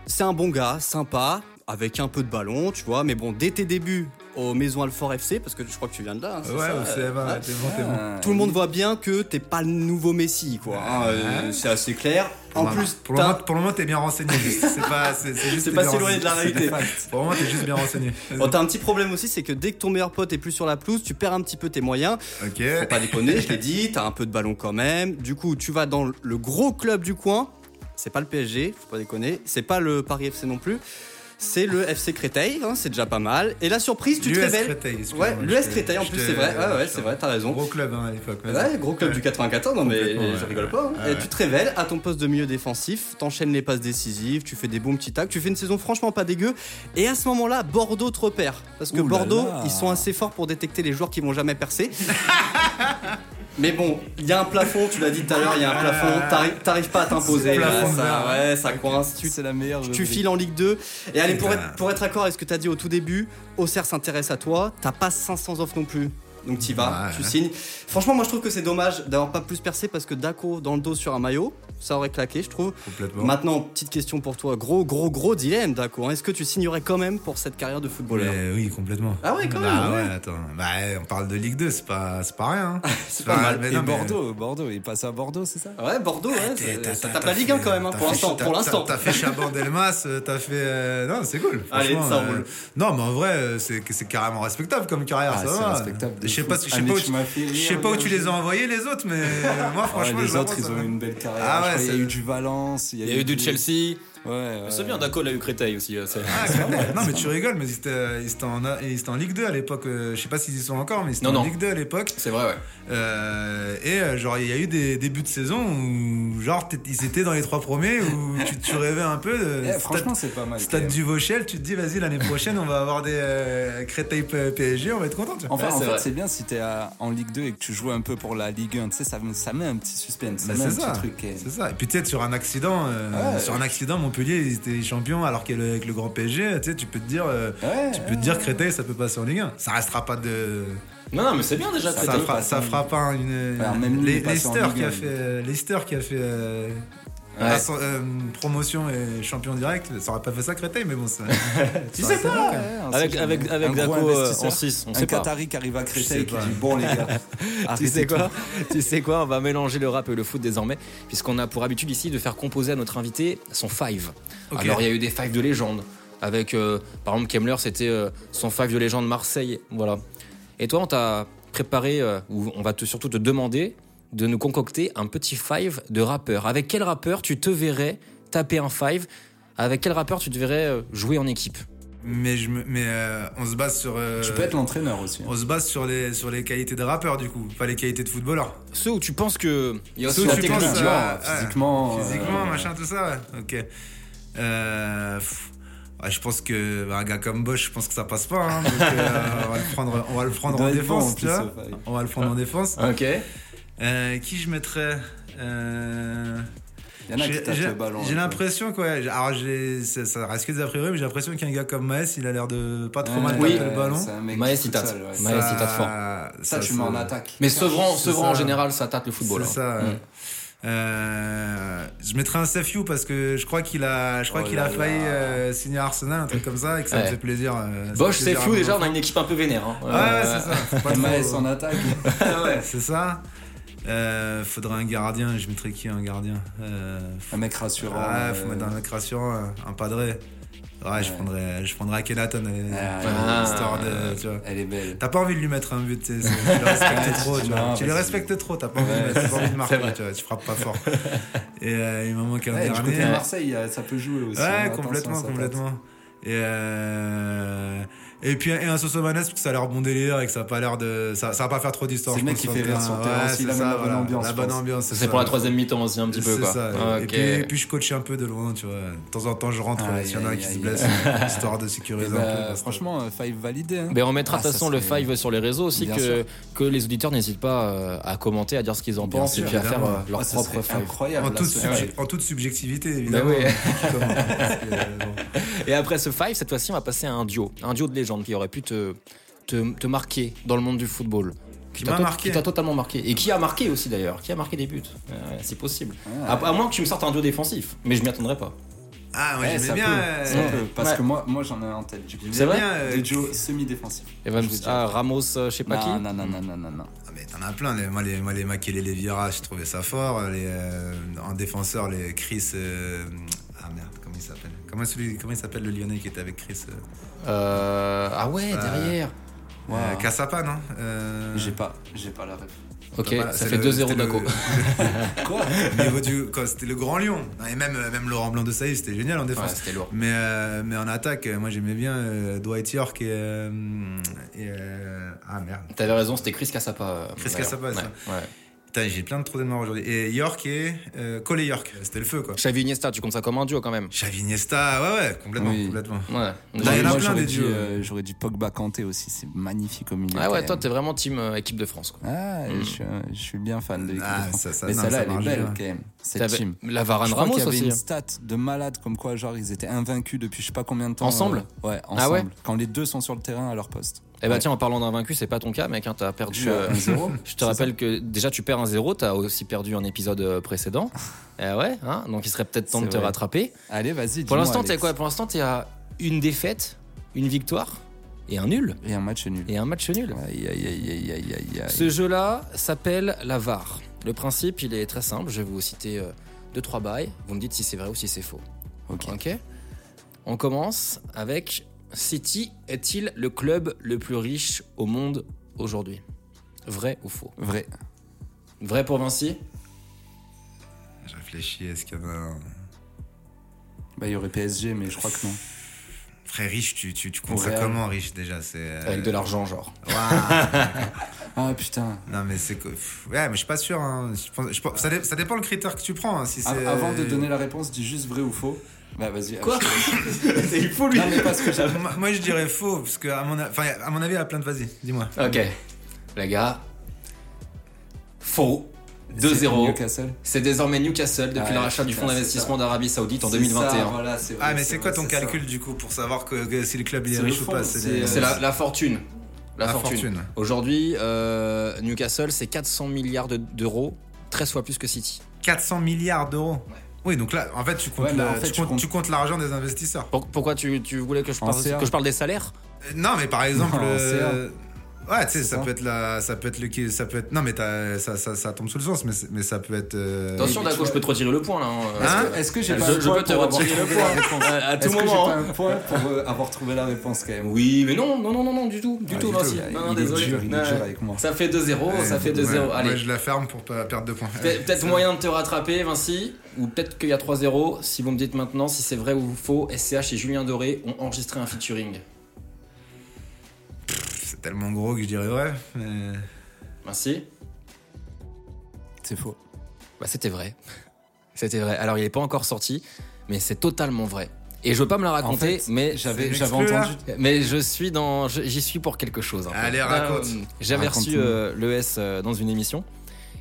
S6: c'est un bon gars, sympa, avec un peu de ballon, tu vois, mais bon, dès tes débuts aux Maisons Alfort FC, parce que je crois que tu viens de là, hein, c'est
S4: Ouais,
S6: ça,
S4: au
S6: euh,
S4: CM1,
S6: voilà.
S4: t'es bon,
S1: Ah,
S4: t'es bon.
S6: Tout le monde voit bien que t'es pas le nouveau Messi, quoi. hein, euh,
S4: Ouais.
S6: c'est assez clair.
S4: Pour
S6: En
S4: le
S6: plus,
S4: moment- pour le
S6: t'as-
S4: moment, pour le moment, t'es bien renseigné. juste. C'est pas, c'est c'est juste.
S6: c'est
S4: t'es
S6: pas
S4: bien
S6: si loin
S4: renseigné.
S6: de la réalité.
S4: Pour le moment, t'es juste bien renseigné.
S6: Bon, t'as un petit problème aussi, c'est que dès que ton meilleur pote est plus sur la pelouse, tu perds un petit peu tes moyens.
S4: Ok.
S6: Faut pas déconner, je l'ai dit, t'as un peu de ballon quand même. Du coup, tu vas dans le gros club du coin. C'est pas le PSG, faut pas déconner. C'est pas le Paris FC non plus. C'est le FC Créteil, hein, c'est déjà pas mal. Et la surprise, tu te
S4: L'US
S6: révèles.
S4: Créteil, excuse-moi,
S6: Ouais,
S4: je
S6: l'US
S4: te-
S6: Créteil en
S4: je
S6: plus,
S4: te-
S6: c'est vrai. Ouais, ouais,
S4: je te-
S6: c'est vrai, t'as raison.
S4: Gros club hein, à l'époque. vas-y.
S6: Ouais, gros club
S4: Ouais.
S6: du 94, non mais
S4: Complètement,
S6: je
S4: ouais.
S6: rigole pas. hein.
S4: Ouais,
S6: Et tu te révèles à ton poste de milieu défensif, t'enchaînes les passes décisives, tu fais des bons petits tacs, tu fais une saison franchement pas dégueu. Et à ce moment-là, Bordeaux te repère. Parce que
S1: Ouh là
S6: Bordeaux,
S1: là.
S6: ils sont assez forts pour détecter les joueurs qui vont jamais percer. Mais bon, il y a un plafond, tu l'as dit tout à l'heure, il y a un plafond, t'arrives- t'arrives pas à t'imposer,
S4: C'est le
S6: là,
S4: plafond de hein.
S6: ça,
S4: verre.
S6: ouais, ça coince, tu
S1: c'est la meilleure.
S6: tu files en Ligue 2. Et allez, pour
S4: Putain.
S6: être, pour être accord avec ce que tu as dit au tout début, Auxerre s'intéresse à toi, t'as pas 500 offres non plus. Donc t'y vas,
S4: Ouais.
S6: tu signes. Franchement, moi je trouve que c'est dommage d'avoir pas plus percé parce que Daco dans le dos sur un maillot, ça aurait claqué, je trouve.
S4: Complètement.
S6: Maintenant, petite question pour toi, gros, gros, gros dilemme, Daco. hein. Est-ce que tu signerais quand même pour cette carrière de footballeur
S4: Mais oui, complètement.
S6: Ah ouais, quand même,
S4: Ah
S6: ouais.
S4: ouais, attends. Bah, on parle de Ligue 2, c'est pas, c'est pas rien. hein.
S6: C'est pas mal.
S4: mais
S1: Et
S4: non, mais-
S1: Bordeaux, Bordeaux, il passe à Bordeaux, c'est ça
S6: Ouais, Bordeaux, ouais,
S4: Eh, T'es-
S6: ça-
S4: t'as-
S6: ça
S4: t'as-
S6: tape
S4: t'as
S6: la Ligue 1
S4: fait-
S6: quand même, hein,
S4: t'as
S6: pour
S4: fait-
S6: l'instant.
S4: t'as-
S6: Pour
S4: t'as-
S6: l'instant.
S4: T'as fait Chabandelmas, euh, t'as fait. euh, Non, c'est cool.
S6: Allez,
S4: franchement,
S6: ça
S4: euh,
S6: roule.
S4: Non, mais en vrai, euh, c'est c'est carrément respectable comme carrière,
S1: Ah,
S4: ça
S1: c'est
S4: va.
S1: respectable de
S4: Je sais
S1: fou.
S4: pas, je sais
S1: Ah,
S4: pas
S1: mais
S4: où
S1: tu
S4: tu-
S1: m'as fait
S4: je
S1: rire,
S4: sais pas où tu
S1: regarde.
S4: les as envoyés, les autres, mais euh,
S6: Ah
S4: moi,
S1: Ouais,
S4: franchement, je
S1: les
S4: vois
S1: autres,
S4: pas,
S1: ils
S4: ça
S1: ont
S4: va.
S1: eu une belle carrière.
S4: Ah
S1: Je
S4: ouais,
S1: crois qu'il y a
S4: c'est-
S1: eu du Valence.
S3: Il y a eu du Chelsea.
S1: Ouais, ouais.
S3: C'est bien, Daco l'a eu Créteil aussi. euh, c'est-
S4: Ah, Créteil. non mais tu rigoles mais ils étaient, ils étaient en, ils étaient en Ligue 2 à l'époque euh, je sais pas s'ils y sont encore mais ils étaient
S3: Non, non.
S4: en Ligue 2 à l'époque
S3: C'est vrai, ouais.
S4: Euh, et euh, genre, il y a eu des débuts de saison où, genre, t'es- ils étaient dans les trois premiers, où tu, tu rêvais un peu. De,
S1: Eh, franchement, c'est pas mal.
S4: Stade
S1: quand même.
S4: du Vauchel, tu te dis, vas-y, l'année prochaine, on va avoir des euh, Créteil P- PSG, on va être content. tu vois.
S1: Enfin,
S3: Ouais,
S1: en
S3: c'est
S1: fait,
S3: vrai.
S1: c'est bien si t'es à- en Ligue 2 et que tu joues un peu pour la Ligue 1. Tu sais, ça, ça met un petit suspense. Ça
S4: Bah,
S1: met un
S4: c'est
S1: petit
S4: ça,
S1: truc. et-
S4: c'est ça. Et puis tu sais, sur un accident, euh,
S1: Ouais.
S4: sur un accident, Montpellier ils étaient champions alors qu'avec le grand PSG, tu sais, tu peux te dire, euh,
S1: Ouais,
S4: tu peux te dire Créteil, ça peut passer en Ligue 1. Ça restera pas de,
S3: Non, non, mais c'est bien déjà
S4: ça,
S3: Créteil.
S4: fera, ça fera pas hein, une.
S1: Alors, même lui, il est passé en
S4: Leicester
S1: Ligue
S4: qui a
S1: un,
S4: fait,
S1: lui.
S4: euh, Leicester qui a fait euh, ascen- euh, promotion et champion direct, ça aurait pas fait ça Créteil, mais bon, ça. tu sais pas.
S1: Ouais, ouais, on sait
S3: Avec,
S1: jamais.
S3: avec,
S1: hein, Un
S3: avec
S1: gros
S3: Daco euh,
S1: investisseur,
S3: en 6, on
S1: un
S3: sait pas.
S1: Qatari qui arrive à
S4: sais
S1: Créteil qui
S4: pas.
S1: dit Bon, les gars,
S3: Tu
S1: arrêtez
S3: sais
S1: tout.
S3: quoi Tu sais quoi On va mélanger le rap et le foot désormais, puisqu'on a pour habitude ici de faire composer à notre invité son five.
S4: Ok.
S3: Alors il y a eu des fives de légende, avec euh, par exemple Kemmler, c'était euh, son five de légende Marseille, voilà. Et toi, on t'a préparé, euh, ou on va te, surtout te demander de nous concocter un petit five de rappeur. Avec quel rappeur tu te verrais taper un five Avec quel rappeur tu te verrais euh, jouer en équipe
S4: Mais je me- mais euh, on se base sur. euh,
S1: Tu peux être l'entraîneur aussi.
S4: on se base sur les, sur les qualités de rappeurs, du coup, pas les qualités de footballeurs.
S3: Ceux où tu penses que il y a
S4: Ceux
S3: aussi
S4: où
S3: la
S4: tu
S3: technique.
S4: penses,
S3: tu vois.
S4: euh, ouais.
S1: Physiquement. euh,
S4: Physiquement, machin, tout ça, ouais. Ok. Euh, pff, ouais, je pense que bah, un gars comme Bosch, je pense que ça passe pas. hein. Donc, euh, on va le prendre, on va le prendre
S1: doit
S4: en
S1: être bon, en
S4: défense,
S1: plus,
S4: tu vois.
S1: ce Ah. five.
S4: On va le prendre en défense.
S3: Ok.
S4: Euh, qui je mettrais Euh,
S1: Il y en a qui
S4: j'ai-
S1: tapent
S4: j'ai-
S1: le ballon. hein,
S4: J'ai l'impression que ouais, j'ai- alors j'ai- ça, ça reste que des a priori, mais j'ai l'impression qu'un gars comme Maes, il a l'air de pas trop mal taper le ballon. Ça,
S3: Maes, il tape. Maes, il tape fort.
S1: Ça, tu
S4: ça-
S1: mets en attaque.
S3: Mais Sevran,
S4: C'est
S3: Sevran en
S4: ça.
S3: général, ça tâte le football.
S4: C'est
S3: hein.
S4: ça. ouais. Euh, je mettrais un Safiou parce que je crois qu'il a, je crois
S1: Oh
S4: qu'il a
S1: là
S4: failli
S1: là.
S4: euh, signer à Arsenal, un truc comme ça, et que ça
S3: Ouais.
S4: me fait plaisir. euh, ça
S3: Bosch, c'est
S4: fait plaisir à
S3: flou
S4: mon
S3: déjà, on
S4: enfant.
S3: a une équipe un peu vénère. hein.
S4: Ouais,
S3: Euh,
S4: ouais, c'est ça. Faut pas
S1: Maes
S4: trop-
S1: en attaque.
S4: Ouais, c'est ça. Euh, faudrait un gardien. Je mettrais qui un gardien Euh,
S1: Un mec rassurant.
S4: Ouais, faut
S1: euh,
S4: mettre un mec rassurant, un- un padré. Ouais, Je,
S1: Ouais.
S4: prendrais, je prendrais Akhenaton, euh,
S1: Ah,
S4: euh, histoire de. Tu vois.
S1: Elle est belle.
S4: T'as pas envie de lui mettre un but, tu sais, c'est- tu le respectes trop, tu, vois.
S1: Non,
S4: tu
S1: bah,
S4: le
S1: c'est-
S4: respectes trop, t'as pas envie, de, t'as pas envie de marquer, tu, vois, tu frappes pas fort. Et euh, il m'en manque un
S1: Ouais, du côté
S4: dernier.
S1: de Marseille, euh, ça peut jouer aussi.
S4: Ouais,
S1: hein,
S4: complètement,
S1: attention, ça tape.
S4: complètement. Et euh, Et puis et un Sosomanes parce que ça a l'air bon délire et que ça a pas l'air de ça, ça va pas faire trop d'histoire.
S1: C'est
S4: je
S1: le mec
S4: pense,
S1: qui
S4: sur
S1: fait rire
S4: terrain.
S1: sur le terrain
S4: Ouais,
S1: aussi,
S4: c'est
S1: il amène
S4: ça,
S1: la bonne
S4: voilà.
S1: ambiance,
S4: La
S1: je
S4: bonne
S1: pense.
S4: ambiance.
S3: Ça,
S4: c'est
S3: c'est
S4: ça.
S3: pour la troisième mi-temps aussi, un petit peu,
S4: C'est
S3: quoi. Ah,
S4: ça.
S3: Ok.
S4: Et, puis, et puis je coachais un peu de loin, tu vois. De temps en temps, je rentre
S1: Aïe,
S4: s'il y en a un
S1: aïe,
S4: qui
S1: aïe,
S4: se
S1: aïe.
S4: blesse, histoire de sécuriser un peu.
S1: Bah,
S4: parce que-
S1: franchement, euh, Five validé. hein.
S3: Ben on mettra de
S1: Ah,
S3: toute
S1: ça
S3: façon le
S1: serait-
S3: five sur les réseaux aussi
S1: Bien
S3: que,
S1: sûr.
S3: que les auditeurs n'hésitent pas euh, à commenter, à dire ce qu'ils en
S1: Bien
S3: pensent et
S1: sûr,
S3: puis à faire
S4: évidemment.
S3: euh, leur
S1: Ah, ça
S3: propre
S1: serait
S3: five.
S1: incroyable.
S4: en
S1: là,
S4: toute,
S1: ce-
S4: subje-
S1: Ouais.
S4: en toute subjectivité, évidemment.
S3: Bah oui.
S4: Comment Parce que, euh, bon.
S3: Et après ce five, cette fois-ci, on va passer à un duo, un duo de légende qui aurait pu te, te, te marquer dans le monde du football.
S4: Qui
S3: t'a
S4: m'a
S3: to-
S4: marqué.
S3: Qui t'a totalement marqué. Et qui a marqué aussi d'ailleurs, qui a marqué des buts. Euh, c'est possible.
S1: Ah.
S3: À, à moins que tu me sortes un duo défensif, mais je m'y attendrais pas.
S4: Ah, moi
S1: Ouais,
S4: j'aimais
S1: Eh, ça
S4: bien.
S1: peut,
S4: euh,
S1: ça peut, parce
S3: Ouais.
S1: que moi, moi j'en ai en tête. du coup.
S3: C'est vrai
S4: bien, euh,
S1: Des duos semi-défensifs.
S3: Evan,
S1: Je vous dis.
S3: ah, Ramos, euh, je sais pas
S1: Non,
S3: qui.
S1: non, non, non, non, non, non.
S4: Ah, mais t'en as plein. Les, moi, les, moi, les Makélélé Vieira, je trouvais ça fort. Les, euh, en défenseur, les Chris. euh, ah merde, comment il s'appelle comment, celui- comment il s'appelle le Lyonnais qui était avec Chris euh,
S3: Euh, ah ouais, derrière.
S1: Wow.
S4: euh, Cassapa, non Euh,
S1: J'ai pas, j'ai pas la ref.
S3: Ok,
S4: Voilà,
S3: ça
S4: c'est
S3: fait
S4: le-
S3: 2-0
S4: c'était le-
S3: Daco.
S1: Quoi
S4: Au niveau du. quand C'était le Grand Lyon. Et même, même Laurent Blanc de Sailly, c'était génial en
S3: Ouais,
S4: défense.
S3: c'était lourd.
S4: Mais, euh, mais en attaque, euh, moi j'aimais bien euh, Dwight York et. euh, et, euh, ah merde.
S3: T'avais raison, c'était Chris Cassapa. euh,
S4: Chris
S3: d'ailleurs.
S4: Cassapa, ça.
S3: Ouais, ouais.
S4: Putain, j'ai plein de trous de mémoire aujourd'hui. Et York et. Euh, Cole York. C'était le feu quoi.
S3: Xavi Iniesta, tu comptes ça comme un duo quand même.
S4: Xavi Iniesta, ouais, ouais, complètement.
S1: Oui.
S4: complètement.
S3: Ouais.
S4: Bah, il y en a
S1: Moi,
S4: plein,
S1: j'aurais
S4: des
S1: dit,
S4: duos.
S1: euh, J'aurais dit Pogba Kanté aussi, c'est magnifique comme milieu.
S3: Ah ouais,
S1: quand
S3: toi
S1: même.
S3: t'es vraiment team euh, équipe de France. quoi.
S1: Ah, je, suis, euh, je suis bien fan de l'équipe
S4: Ah,
S1: de France.
S4: ça- ça-
S1: Mais
S4: non,
S1: celle-là,
S4: ça
S1: elle est
S4: marche
S1: belle
S4: bien.
S1: quand même, cette
S3: T'avais
S1: team. hein.
S3: La
S1: Je
S3: Varane
S1: crois qu'il y
S3: Ramos
S1: avait
S3: aussi. hein.
S1: une stat de malade comme quoi, genre, ils étaient invaincus depuis je sais pas combien de temps.
S3: Ensemble
S1: Euh, Ouais, ensemble.
S3: Ah ouais
S1: Quand les deux sont sur le terrain à leur poste.
S3: Eh ben tiens, en parlant d'invaincu, c'est pas ton cas, mec. hein, t'as
S1: Je
S3: perdu.
S1: suis à
S3: euh,
S1: 1-0.
S3: je te rappelle que déjà tu perds un 0 t'as aussi perdu un épisode euh, précédent. Eh ouais, hein, donc il serait peut-être temps
S1: C'est
S3: de te
S1: vrai.
S3: rattraper.
S1: Allez, vas-y.
S3: Pour
S1: dis-moi,
S3: l'instant, t'es
S1: Alex.
S3: quoi Pour l'instant, t'es à une défaite, une victoire et un nul
S1: Et un match nul.
S3: et un match nul.
S1: Aïe, aïe, aïe, aïe, aïe, aïe, aïe.
S3: Ce jeu-là s'appelle la VAR. Le principe, il est très simple. Je vais vous citer euh, deux trois bails. Vous me dites si c'est vrai ou si c'est faux.
S1: Ok.
S3: Ok. On commence avec City est-il le club le plus riche au monde aujourd'hui Vrai ou faux
S1: Vrai.
S3: Vrai pour Vinci
S4: Je réfléchis, est-ce qu'il y en a un.
S1: Bah, il y aurait PSG, mais je crois que non.
S4: Très riche, tu, tu, tu comptes
S1: Au
S4: ça
S1: Real.
S4: comment riche déjà c'est, euh,
S3: Avec de l'argent, genre.
S4: Waouh.
S1: Ah putain.
S4: Non, mais c'est. que- pff, Ouais, mais je suis pas sûr. hein. Je pense- je pense- ça, dé- ça dépend le critère que tu prends. hein, si
S1: A-
S4: c'est-
S1: Avant de donner la réponse, dis juste vrai ou faux. Bah, vas-y.
S3: Quoi
S1: Alex.
S3: Il faut
S1: Non, mais parce que j'avais-
S4: Moi, moi, je dirais faux, parce que à mon, a- enfin, à mon avis, il y a plein de vas-y, dis-moi.
S3: Ok. Les gars. Faux.
S1: C'est
S3: 2-0.
S1: Newcastle.
S3: C'est désormais Newcastle depuis
S1: Ouais,
S3: le rachat du
S1: putain,
S3: fonds
S1: c'est
S3: d'investissement d'Arabie Saoudite en
S1: C'est
S3: 2021.
S1: ça, voilà, c'est vrai,
S4: Ah, mais c'est quoi
S1: vrai,
S4: ton
S1: c'est ça.
S4: calcul du coup pour savoir que, que si le club il est
S1: C'est le
S4: riche ou
S1: fond,
S4: pas
S1: c'est, euh,
S3: C'est la, la fortune. La,
S4: La
S3: fortune.
S4: fortune.
S3: Aujourd'hui, euh, Newcastle, c'est 400 milliards de- d'euros, 13 fois plus que City.
S4: 400 milliards d'euros. Oui, donc là, en fait, tu comptes
S1: Ouais, mais en
S4: la-
S1: fait,
S4: tu
S1: tu
S4: comptes-
S1: comptes-
S4: tu comptes l'argent des investisseurs.
S3: Pour- pourquoi tu, tu voulais que je,
S1: En
S3: parle,
S1: CA.
S3: que je parle des salaires
S4: Euh, Non, mais par exemple.
S1: Non,
S4: euh, Ouais, tu sais, ça,
S1: ça.
S4: peut être la, ça peut être le, ça peut être. Non, mais t'as- ça, ça, ça tombe sous le sens, mais, c'est- mais ça peut être. euh,
S3: Attention, Dago, je peux te retirer le point là. hein.
S4: Hein
S3: Parce que-
S1: Est-ce que j'ai pas un
S3: Je, je
S1: point
S3: peux te
S1: pour avoir
S3: retirer le
S1: trouvé
S3: point
S1: la réponse
S3: à, à tout
S1: Est-ce que
S3: moment.
S1: j'ai
S3: hein.
S1: pas un point pour euh, avoir trouvé la réponse quand même
S3: Oui, mais non, non, non, non, non, du tout, du
S4: Ah,
S3: tout,
S4: du
S3: Vinci.
S4: tout.
S3: Non, non,
S1: Il est
S3: désolé.
S1: dur, il est
S3: Non,
S1: dur
S3: ouais.
S1: avec moi.
S3: Ça fait 2-0, oh, ça
S4: Ouais,
S3: fait 2-0.
S4: ouais,
S3: Allez,
S4: ouais, je la ferme pour pas perdre de points.
S3: Pe- peut-être
S4: C'est-
S3: moyen de te rattraper, Vinci, ou peut-être qu'il y a 3-0. Si vous me dites maintenant si c'est vrai ou faux, SCH et Julien Doré ont enregistré un featuring.
S4: C'est tellement gros que je dirais ouais. mais-
S3: Vinci
S1: C'est faux.
S3: Bah, c'était vrai. C'était vrai. Alors, il n'est pas encore sorti, mais c'est totalement vrai. Et je veux pas me la raconter,
S1: En fait,
S3: mais
S1: J'avais
S4: C'est
S1: j'avais
S4: l'exclu, là
S1: entendu.
S3: Mais je suis dans, je- j'y suis pour quelque chose. un peu.
S4: Allez, raconte.
S3: Euh, J'avais
S1: Raconte
S3: reçu
S1: tout.
S3: euh, le S euh, dans une émission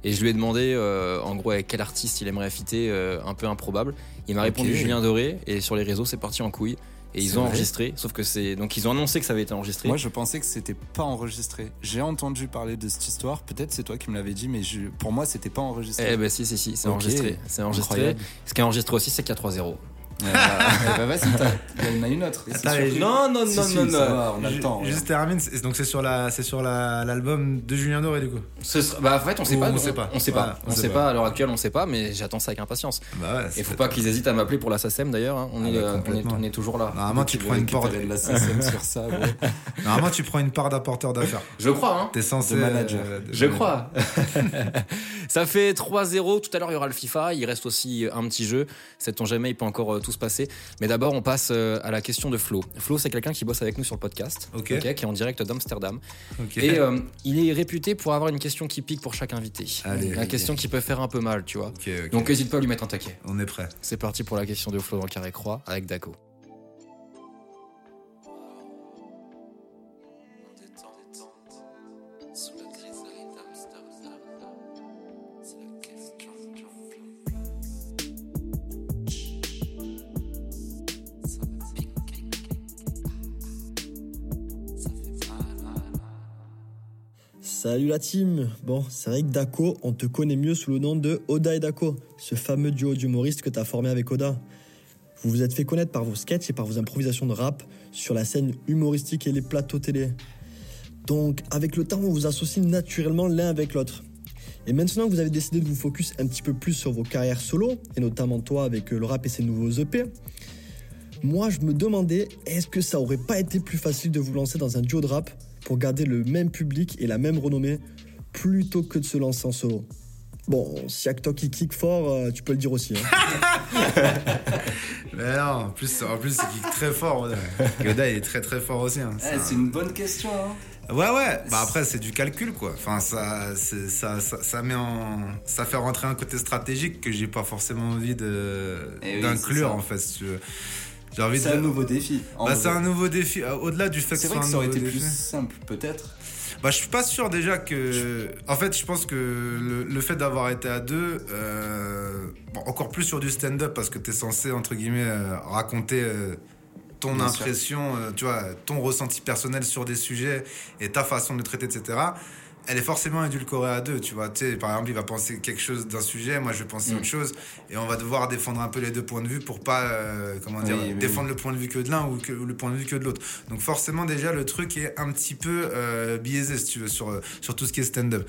S3: et je lui ai demandé euh, en gros avec quel artiste il aimerait fitter, euh, un peu improbable. Il m'a répondu Julien Doré et sur les réseaux c'est parti en couille et ils
S1: C'est
S3: ont
S1: vrai
S3: enregistré. Sauf que c'est donc ils ont annoncé que ça avait été enregistré.
S1: Moi, je pensais que c'était pas enregistré. J'ai entendu parler de cette histoire. Peut-être c'est toi qui me l'avais dit, mais je- pour moi, c'était pas enregistré.
S3: Eh ben si si si, c'est
S1: Ok.
S3: enregistré, c'est enregistré.
S1: Incroyable.
S3: Ce qui est enregistré aussi c'est qu'il y a 3-0.
S1: Eh bah, eh bah, vas-y, t'as- il y en a une autre. c'est
S4: Attends,
S1: sûr.
S4: j'ai-
S3: Non non non
S1: Si, si,
S3: non
S1: ça
S3: non.
S1: va, on a le
S4: Ju-
S1: temps.
S4: Juste termine, c'est- donc c'est sur la, c'est sur la- l'album de Julien Doré du coup.
S3: Ce sera- bah, en fait on sait
S4: Ou
S3: pas,
S4: on sait pas.
S3: on sait
S4: Ouais,
S3: pas,
S4: on
S3: on
S4: sait
S3: sait
S4: pas.
S3: pas à l'heure actuelle on sait pas, mais j'attends ça avec impatience.
S4: Bah ouais.
S3: Et
S4: c'est-
S3: faut pas qu'ils hésitent à m'appeler pour la SACEM d'ailleurs, hein. on,
S4: Ah
S3: est,
S4: bah,
S3: euh, on, est,
S4: complètement.
S3: on est toujours là.
S4: Normalement tu prends une part.
S1: de la SACEM sur ça. ouais.
S4: Normalement tu prends une part d'apporteur d'affaires.
S3: Je crois, hein
S4: T'es censé. euh,
S1: De manager.
S4: de-
S3: Je crois Ça fait 3-0, tout à l'heure il y aura le FIFA, il reste aussi un petit jeu, sait-on jamais, il peut encore euh, tout tout se passer. Mais d'abord, on passe euh, à la question de Flo. Flo, c'est quelqu'un qui bosse avec nous sur le podcast,
S4: Ok.
S3: ok, qui est en direct d'Amsterdam.
S4: Ok.
S3: Et euh, il est réputé pour avoir une question qui pique pour chaque invité.
S4: Allez,
S3: la
S4: allez,
S3: question qui peut faire un peu mal, tu vois.
S4: Ok, ok.
S3: Donc n'hésite pas à lui mettre un taquet.
S4: on est prêt.
S3: C'est parti pour la question de Flo dans le carré croix avec Daco.
S7: Salut la team Bon, c'est vrai que Dako, on te connaît mieux sous le nom de Oda et Dako, ce fameux duo d'humoristes que t'as formé avec Oda. Vous vous êtes fait connaître par vos sketchs et par vos improvisations de rap sur la scène humoristique et les plateaux télé. Donc, avec le temps, on vous associe naturellement l'un avec l'autre. Et maintenant que vous avez décidé de vous focus un petit peu plus sur vos carrières solo, et notamment toi avec euh, le rap et ses nouveaux EP, moi, je me demandais, est-ce que ça aurait pas été plus facile de vous lancer dans un duo de rap pour garder le même public et la même renommée plutôt que de se lancer en solo Bon, si Aktok il kick fort, euh, tu peux le dire aussi. hein.
S4: Mais non, en plus, en plus, il kick très fort. Oda. Yoda, il est très très fort aussi. hein. C'est un-
S1: Eh, c'est une bonne question. hein.
S4: Ouais, ouais. Bah après, c'est du calcul, quoi. Enfin, ça, c'est- ça, ça, ça met en, ça fait rentrer un côté stratégique que j'ai pas forcément envie de
S1: Eh oui,
S4: d'inclure
S1: c'est ça.
S4: en fait. si tu veux. J'ai envie
S1: C'est un
S4: de.
S1: nouveau défi. en
S4: Bah,
S1: vrai.
S4: c'est un nouveau défi. Euh, Au-delà du fait que
S1: C'est
S4: ce
S1: vrai
S4: soit
S1: que
S4: un
S1: ça aurait
S4: nouveau
S1: été
S4: défi.
S1: plus simple, peut-être.
S4: Bah, je suis pas sûr déjà que. En fait, je pense que le, le fait d'avoir été à deux, euh, bon, encore plus sur du stand-up parce que t'es censé entre guillemets euh, raconter euh, ton
S1: Bien sûr.
S4: impression, euh, tu vois, ton ressenti personnel sur des sujets et ta façon de le traiter, etc. Elle est forcément édulcorée à deux, tu vois. Tu sais, par exemple, il va penser quelque chose d'un sujet, moi je vais
S1: Mm.
S4: penser autre chose, et on va devoir défendre un peu les deux points de vue pour pas, euh, comment dire,
S1: Oui, oui,
S4: défendre le point de vue que de l'un ou, que- ou le point de vue que de l'autre. Donc forcément déjà le truc est un petit peu euh, biaisé si tu veux sur, euh, sur tout ce qui est stand-up.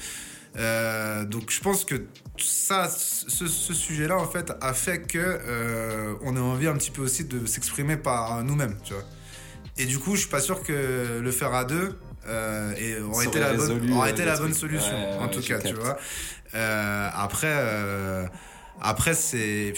S4: Euh, donc je pense que ça, ce, ce sujet-là en fait a fait que euh, on a envie un petit peu aussi de s'exprimer par nous-mêmes, tu vois. Et du coup je suis pas sûr que le faire à deux euh, et aurait
S1: Ça
S4: été
S1: aurait
S4: la bonne,
S1: résolu,
S4: aurait
S1: euh,
S4: été
S1: le
S4: la
S1: truc.
S4: bonne solution
S1: Ouais,
S4: en
S1: ouais,
S4: tout
S1: je
S4: cas, tu
S1: capte.
S4: vois. Euh, après. euh, après, c'est.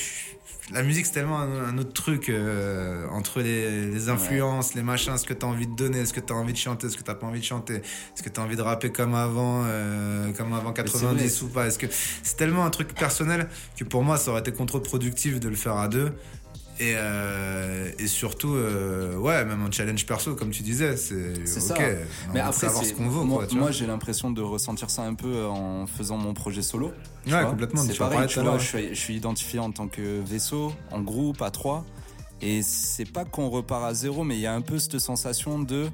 S4: La musique, c'est tellement un, un autre truc euh, entre les, les influences, les machins, ce que t'as envie de donner, ce que t'as envie de chanter, ce que t'as pas envie de chanter, ce que t'as envie de rapper comme avant, euh, comme avant
S1: c'est
S4: 90 ou pas. Est-ce que c'est tellement un truc personnel que pour moi, ça aurait été contre-productif de le faire à deux. Et, euh, et surtout, euh, ouais, même un challenge perso, comme tu disais, c'est
S1: C'est ça.
S4: ok. on a envie de savoir
S1: c'est-
S4: ce qu'on veut,
S1: moi,
S4: quoi, tu
S1: moi,
S4: vois.
S1: j'ai l'impression de ressentir ça un peu euh, en faisant mon projet solo. tu
S4: Ouais,
S1: vois.
S4: complètement,
S1: C'est
S4: tu en
S1: pareil,
S4: parlais
S1: tu
S4: tout à l'heure,
S1: vois, je suis, je suis identifié en tant que vaisseau, en groupe, à trois. Et c'est pas qu'on repart à zéro, mais il y a un peu cette sensation de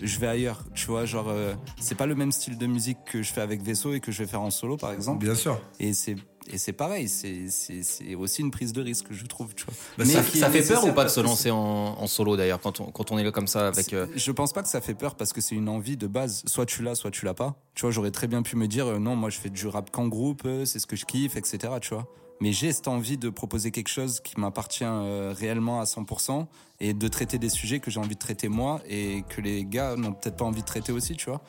S1: je vais ailleurs. Tu vois, genre, euh, c'est pas le même style de musique que je fais avec vaisseau et que je vais faire en solo, par exemple.
S4: Bien sûr.
S1: Et c'est. Et c'est pareil, c'est- c'est c'est aussi une prise de risque, je trouve. Tu vois.
S4: Bah,
S1: Mais
S3: ça,
S1: qui est
S3: ça fait peur ou
S1: nécessaire
S3: pas de
S1: parce
S3: se
S1: que
S3: lancer en, en solo d'ailleurs quand on, quand on est là comme ça avec.
S1: C'est-
S3: euh,
S1: Je pense pas que ça fait peur parce que c'est une envie de base. Soit tu l'as, soit tu l'as pas. Tu vois, j'aurais très bien pu me dire euh, non, moi je fais du rap qu'en groupe, euh, c'est ce que je kiffe, etc. Tu vois. Mais j'ai cette envie de proposer quelque chose qui m'appartient euh, réellement à 100% et de traiter des sujets que j'ai envie de traiter moi et que les gars n'ont peut-être pas envie de traiter aussi, tu vois.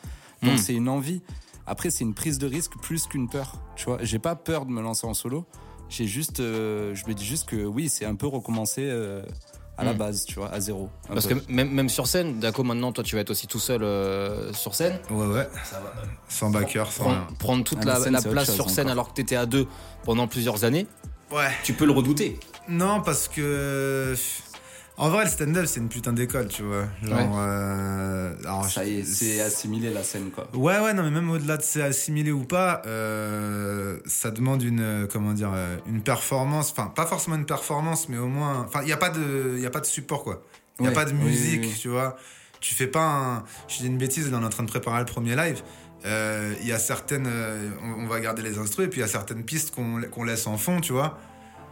S1: Donc
S3: Hmm.
S1: c'est une envie. Après, c'est une prise de risque plus qu'une peur, tu vois. J'ai pas peur de me lancer en solo. J'ai juste, euh, je me dis juste que oui, c'est un peu recommencer euh, à la
S3: Hmm.
S1: base, tu vois, à zéro. un
S3: parce
S1: peu.
S3: que même, même sur scène, Daco, maintenant, toi, tu vas être aussi tout seul euh, sur scène.
S4: Ouais, ouais. Sans backer, sans
S3: Prendre,
S4: rien.
S3: prendre toute
S1: Ah,
S3: la,
S1: la scène,
S3: la
S1: c'est autre
S3: place
S1: chose
S3: sur scène
S1: encore.
S3: alors que t'étais à deux pendant plusieurs années,
S4: Ouais.
S3: tu peux le redouter.
S4: Non, parce que. En vrai, le stand-up, c'est une putain d'école, tu vois. Genre.
S3: Ouais.
S4: euh, alors,
S1: Ça y est, c'est assimilé la scène quoi.
S4: Ouais, ouais, non, mais même au-delà de c'est assimilé ou pas, euh, ça demande une, euh, comment dire, euh, une performance. Enfin, pas forcément une performance, mais au moins. Enfin, il n'y a, pas de- y a pas de support, quoi. Il n'y a
S1: Ouais,
S4: pas de
S1: oui,
S4: musique,
S1: oui, oui.
S4: tu vois. Tu fais pas un. Je dis une bêtise, là, on est en train de préparer le premier live. Euh, Il y a certaines. euh, on, on va garder les instruments, et puis il y a certaines pistes qu'on qu'on laisse en fond, tu vois.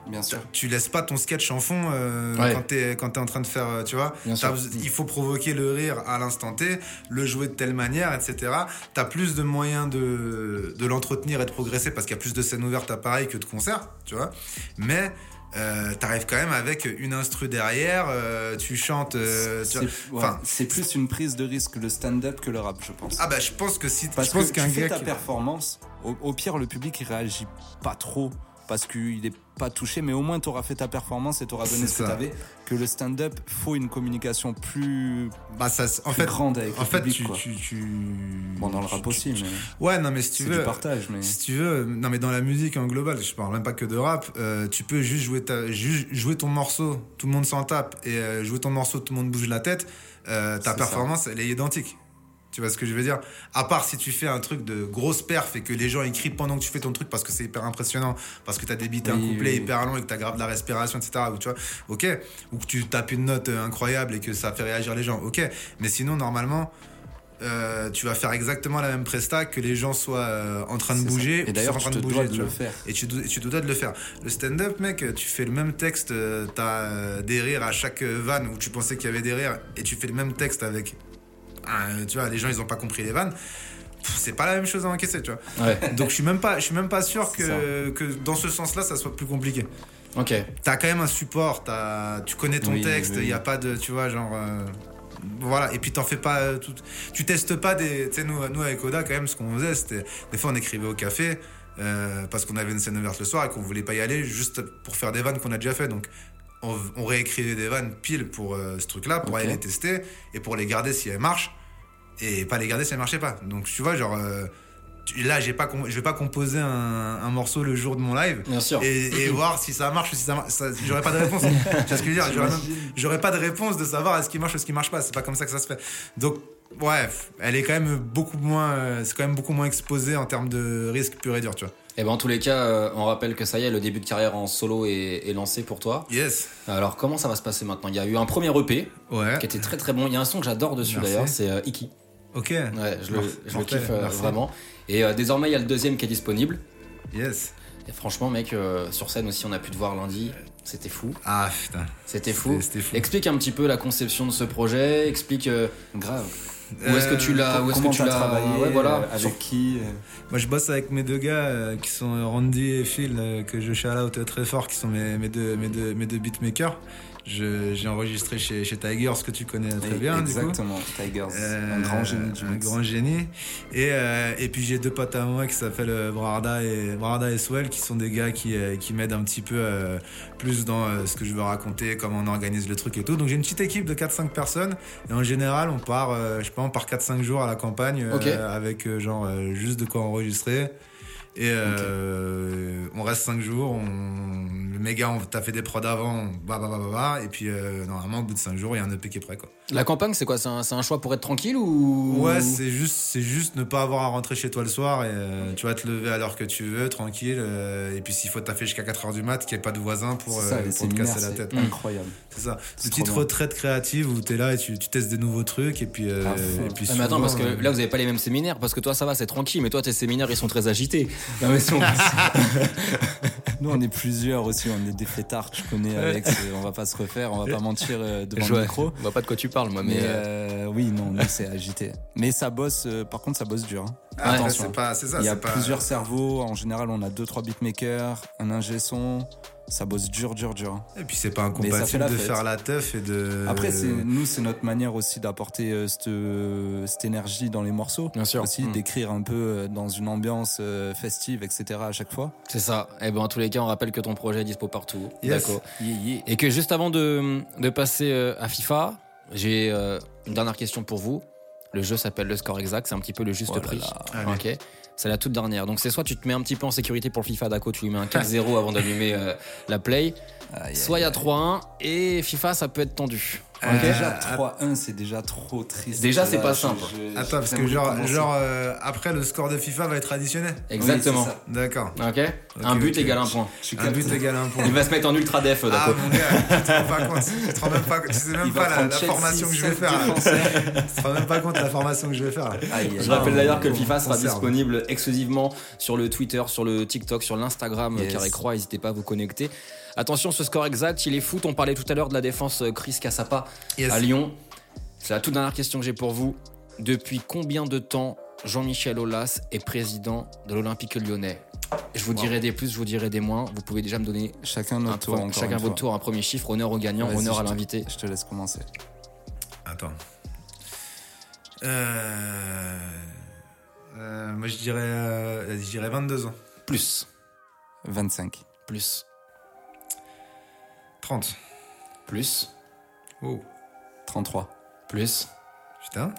S1: Bien sûr.
S4: Tu laisses pas ton sketch en fond euh,
S3: Ouais.
S4: quand t'es quand t'es en train de faire, euh, tu vois.
S3: Bien sûr.
S4: T'as bes-
S1: Mm.
S4: Il faut provoquer le rire à l'instant T, le jouer de telle manière, etc. T'as plus de moyens de, de l'entretenir et de progresser parce qu'il y a plus de scènes ouvertes à Paris que de concerts, tu vois. Mais euh, t'arrives quand même avec une instru derrière, euh, tu chantes, euh, tu
S1: C'est
S4: vois.
S1: ouais,
S4: Enfin,
S1: c'est plus une prise de risque le stand-up que le rap, je pense.
S4: ah bah je pense que si
S1: Parce
S4: je pense
S1: que tu
S4: qu'un euh,
S1: fais
S4: gars
S1: ta
S4: qui-
S1: performance, au, au pire le public il réagit pas trop parce qu'il n'est pas touché, mais au moins t'auras fait ta performance et t'auras donné
S4: C'est
S1: ce que
S4: ça.
S1: t'avais. Que le stand-up, faut une communication plus,
S4: Bah, ça, se- en
S1: plus
S4: fait,
S1: grande avec
S4: en
S1: le
S4: fait,
S1: public,
S4: tu,
S1: quoi.
S4: tu, tu-
S1: Bon, dans le
S4: tu-
S1: rap
S4: tu-
S1: aussi, mais
S4: Ouais, non, mais si tu
S1: c'est
S4: veux.
S1: du partage. Mais...
S4: Si tu veux, non mais dans la musique en global, je parle même pas que de rap, euh, tu peux juste jouer, ta, ju- jouer ton morceau, tout le monde s'en tape, et euh, jouer ton morceau, tout le monde bouge la tête, euh, ta
S1: C'est
S4: performance, elle est identique. Tu vois ce que je veux dire À part si tu fais un truc de grosse perf et que les gens écrivent pendant que tu fais ton truc parce que c'est hyper impressionnant, parce que t'as débité un
S1: Oui,
S4: couplet
S1: oui, oui.
S4: hyper long et que t'as grave de la respiration, etc. Ou tu vois, ok. Ou que tu tapes une note euh, incroyable et que ça fait réagir les gens, ok. Mais sinon, normalement, euh, tu vas faire exactement la même presta que les gens soient euh, en train de
S1: C'est ça.
S4: bouger. ou
S1: Et
S4: qu'ils
S1: d'ailleurs,
S4: soient en
S1: tu
S4: train
S1: te
S4: de
S1: dois
S4: bouger,
S1: de
S4: tu
S1: le
S4: vois.
S1: faire.
S4: Et tu, do- et tu te dois de le faire. Le stand-up, mec, tu fais le même texte, euh, t'as euh, des rires à chaque euh, vanne où tu pensais qu'il y avait des rires, et tu fais le même texte avec. euh, tu vois, les gens, ils ont pas compris les vannes. Pff, C'est pas la même chose à encaisser, tu vois.
S3: Ouais,
S4: Donc je suis même pas, je suis même pas sûr
S3: C'est
S4: que, que dans ce sens-là, ça soit plus compliqué.
S3: ok.
S4: T'as quand même un support, t'as- tu connais ton
S1: Oui,
S4: texte, il
S1: oui, oui.
S4: y a pas de, tu vois, genre. euh, Voilà, et puis t'en fais pas euh, tout. Tu testes pas des. Tu sais, nous, nous avec Oda, quand même, ce qu'on faisait, c'était. Des fois, on écrivait au café, euh, parce qu'on avait une scène ouverte le soir et qu'on voulait pas y aller, juste pour faire des vannes qu'on a déjà fait. Donc, on, on réécrivait des vannes pile pour euh, ce truc-là, pour
S1: Ok.
S4: aller les tester, et pour les garder si elles marchent, et pas les garder si elles marchaient pas. Donc, tu vois, genre. euh, tu- là, j'ai pas com- je vais pas composer un- un morceau le jour de mon live
S3: Bien sûr.
S4: et, et voir si ça marche ou si ça marche. Ça- J'aurais pas de réponse. tu vois ce que je veux dire J'aurais même- J'aurais pas de réponse de savoir est-ce qu'il marche ou est-ce qu'il marche pas. C'est pas comme ça que ça se fait. Donc, ouais, elle est quand même beaucoup moins. euh, C'est quand même beaucoup moins exposé en termes de risque pur et dur, tu vois.
S3: Et ben en tous les cas, euh, on rappelle que ça y est, le début de carrière en solo est, est lancé pour toi.
S4: Yes.
S3: Alors comment ça va se passer maintenant Il y a eu un premier EP
S4: Ouais.
S3: qui était très très bon. Il y a un son que j'adore dessus
S4: Merci.
S3: d'ailleurs, c'est euh, Iki.
S4: Ok.
S3: Ouais, je le, je le
S4: Mortel,
S3: kiffe euh,
S4: merci.
S3: vraiment. Et euh, désormais, il y a le deuxième qui est disponible.
S4: Yes.
S3: Et franchement, mec, euh, sur scène aussi, on a pu te voir lundi. C'était fou.
S4: Ah putain.
S3: C'était fou.
S4: C'était fou.
S3: Explique un petit peu la conception de ce projet. Explique euh,
S1: Grave.
S3: où est-ce que tu l'as, où est-ce que
S1: Euh, Comment
S3: tu
S1: t'as
S3: l'as
S1: travaillé
S3: Ouais, voilà.
S1: euh,
S3: Sur-
S1: Avec qui euh,
S4: Moi, je bosse avec mes deux gars euh, qui sont euh, Randy et Phil, euh, que je shout out très fort, qui sont mes, mes deux, mes, deux, mes deux beatmakers. Je- J'ai enregistré chez, chez Tiger, ce que tu connais très bien, du coup.
S1: Exactement. Tigers.
S4: Euh,
S1: un grand génie du
S4: un
S1: mix.
S4: grand génie. Et, euh, et puis j'ai deux potes à moi qui s'appellent euh, Brarda et, Brarda et Swell, qui sont des gars qui, euh, qui m'aident un petit peu euh, plus dans euh, ce que je veux raconter, comment on organise le truc et tout. Donc j'ai une petite équipe de 4-5 personnes. Et en général, on part, euh, je sais pas, on part 4-5 jours à la campagne euh,
S3: Ok.
S4: avec euh, genre euh, juste de quoi enregistrer. Et euh, on reste 5 jours, on... les gars, on t'a fait des prods avant, bah, bah, bah, bah, bah, et puis euh, normalement au bout de 5 jours, il y a un EP qui est prêt quoi.
S3: La campagne, c'est quoi C'est un, c'est un choix pour être tranquille ou
S4: Ouais, c'est juste, c'est juste ne pas avoir à rentrer chez toi le soir et euh, tu vas te lever à l'heure que tu veux, tranquille. euh, et puis s'il faut taffer jusqu'à 4h du mat, qu'il n'y ait pas de voisins pour,
S1: C'est ça,
S4: euh,
S1: les
S4: pour te
S1: séminaires,
S4: casser la tête.
S1: c'est incroyable.
S4: C'est ça.
S1: C'est
S4: Une
S1: trop
S4: petite
S1: bien.
S4: retraite créative où tu es là et tu, tu testes des nouveaux trucs. Et puis, euh,
S1: À fond.
S4: et puis
S3: Ah, mais attends,
S4: souvent,
S3: parce que
S4: euh,
S3: là, vous n'avez pas les mêmes séminaires. Parce que toi, ça va, c'est tranquille. Mais toi, tes séminaires, ils sont très agités. Non, mais si on-
S1: Nous, on est plusieurs aussi, on est des fêtards, tu connais Alex, et on va pas se refaire, on va pas mentir euh, devant
S3: Je
S1: le micro.
S3: vois pas de quoi tu parles, moi. Mais,
S1: Mais euh,
S3: euh,
S1: oui, non, nous, c'est agité. Mais ça bosse, euh, par contre, ça bosse dur. hein.
S4: ah,
S1: Attention.
S4: c'est pas, c'est ça.
S1: Il y a
S4: c'est pas-
S1: plusieurs cerveaux, en général, on a 2-3 beatmakers, un ingé son, ça bosse dur, dur, dur.
S4: Et puis c'est pas
S1: Mais ça fait
S4: incompatible
S1: la
S4: de
S1: fête.
S4: faire la teuf et de.
S1: Après, c'est
S4: Euh,
S1: nous, c'est notre manière aussi d'apporter euh, cette, euh, cette énergie dans les morceaux.
S3: Bien sûr.
S4: Hmm.
S1: Aussi,
S3: Mm.
S1: d'écrire un peu euh, dans une ambiance euh, festive, etc. à chaque fois.
S3: c'est ça. Et ben, en tous les cas, on rappelle que ton projet est dispo partout.
S4: Yes.
S3: D'accord. Et que juste avant de, de passer euh, à FIFA, j'ai euh, une dernière question pour vous. Le jeu s'appelle le score exact, c'est un petit peu le juste
S1: Oh là
S3: prix.
S1: là.
S4: Allez.
S3: Ok. C'est la toute dernière. Donc c'est soit tu te mets un petit peu en sécurité pour le FIFA Daco, tu lui mets un 4-0 avant d'allumer euh, la play,
S1: Aïe,
S3: soit il y a 3-1 et FIFA ça peut être tendu.
S1: Ouais,
S4: Ok.
S1: Ah, Déjà
S4: Euh,
S1: 3-1, c'est déjà trop triste.
S3: Déjà, c'est
S1: Là,
S3: pas
S1: je-
S3: simple.
S1: je-
S4: Attends, parce que
S1: j'aimerais
S4: genre,
S1: commencer.
S4: genre euh, après, le score de FIFA va être additionné.
S3: Exactement.
S1: Oui,
S4: D'accord.
S3: ok. un but
S4: ok.
S3: égale un point.
S1: Je suis
S4: Un but
S1: capté.
S4: égale un point.
S3: Il va se mettre en ultra def Daco.
S4: Ah mon gars, tu te rends pas compte, tu te rends même pas, tu sais même
S1: Il va
S4: pas la,
S1: prendre
S4: la
S1: Chelsea,
S4: formation que je vais
S1: sept
S4: faire. là.
S1: défenseurs.
S4: Tu te rends même pas compte de la formation que je vais faire. là.
S1: Aïe, aïe,
S3: Je
S1: aïe.
S3: rappelle d'ailleurs que le
S4: on
S3: FIFA sera
S4: conserve.
S3: disponible exclusivement sur le Twitter, sur le TikTok, sur l'Instagram
S1: Yes.
S3: Carré Croix. N'hésitez pas à vous connecter. Attention, ce score exact, il est foot. On parlait tout à l'heure de la défense euh, Chris Cassapa
S4: Yes.
S3: à Lyon. C'est la toute dernière question que j'ai pour vous. Depuis combien de temps Jean-Michel Aulas est président de l'Olympique lyonnais Je vous dirai des plus, je vous dirai des moins. Vous pouvez déjà me donner
S1: Chacun
S3: un
S1: notre tour.
S3: pre-
S1: encore
S3: chacun
S1: une
S3: votre
S1: fois.
S3: tour, un premier chiffre. Honneur au gagnant,
S1: Vas-y,
S3: honneur à
S1: je te-
S3: l'invité.
S1: Je te laisse commencer.
S4: Attends. Euh... euh, moi je dirais, euh, je dirais 22 ans.
S3: Plus.
S1: 25.
S3: Plus.
S4: 30.
S3: Plus.
S4: Oh.
S1: 33.
S3: Plus.
S4: Putain.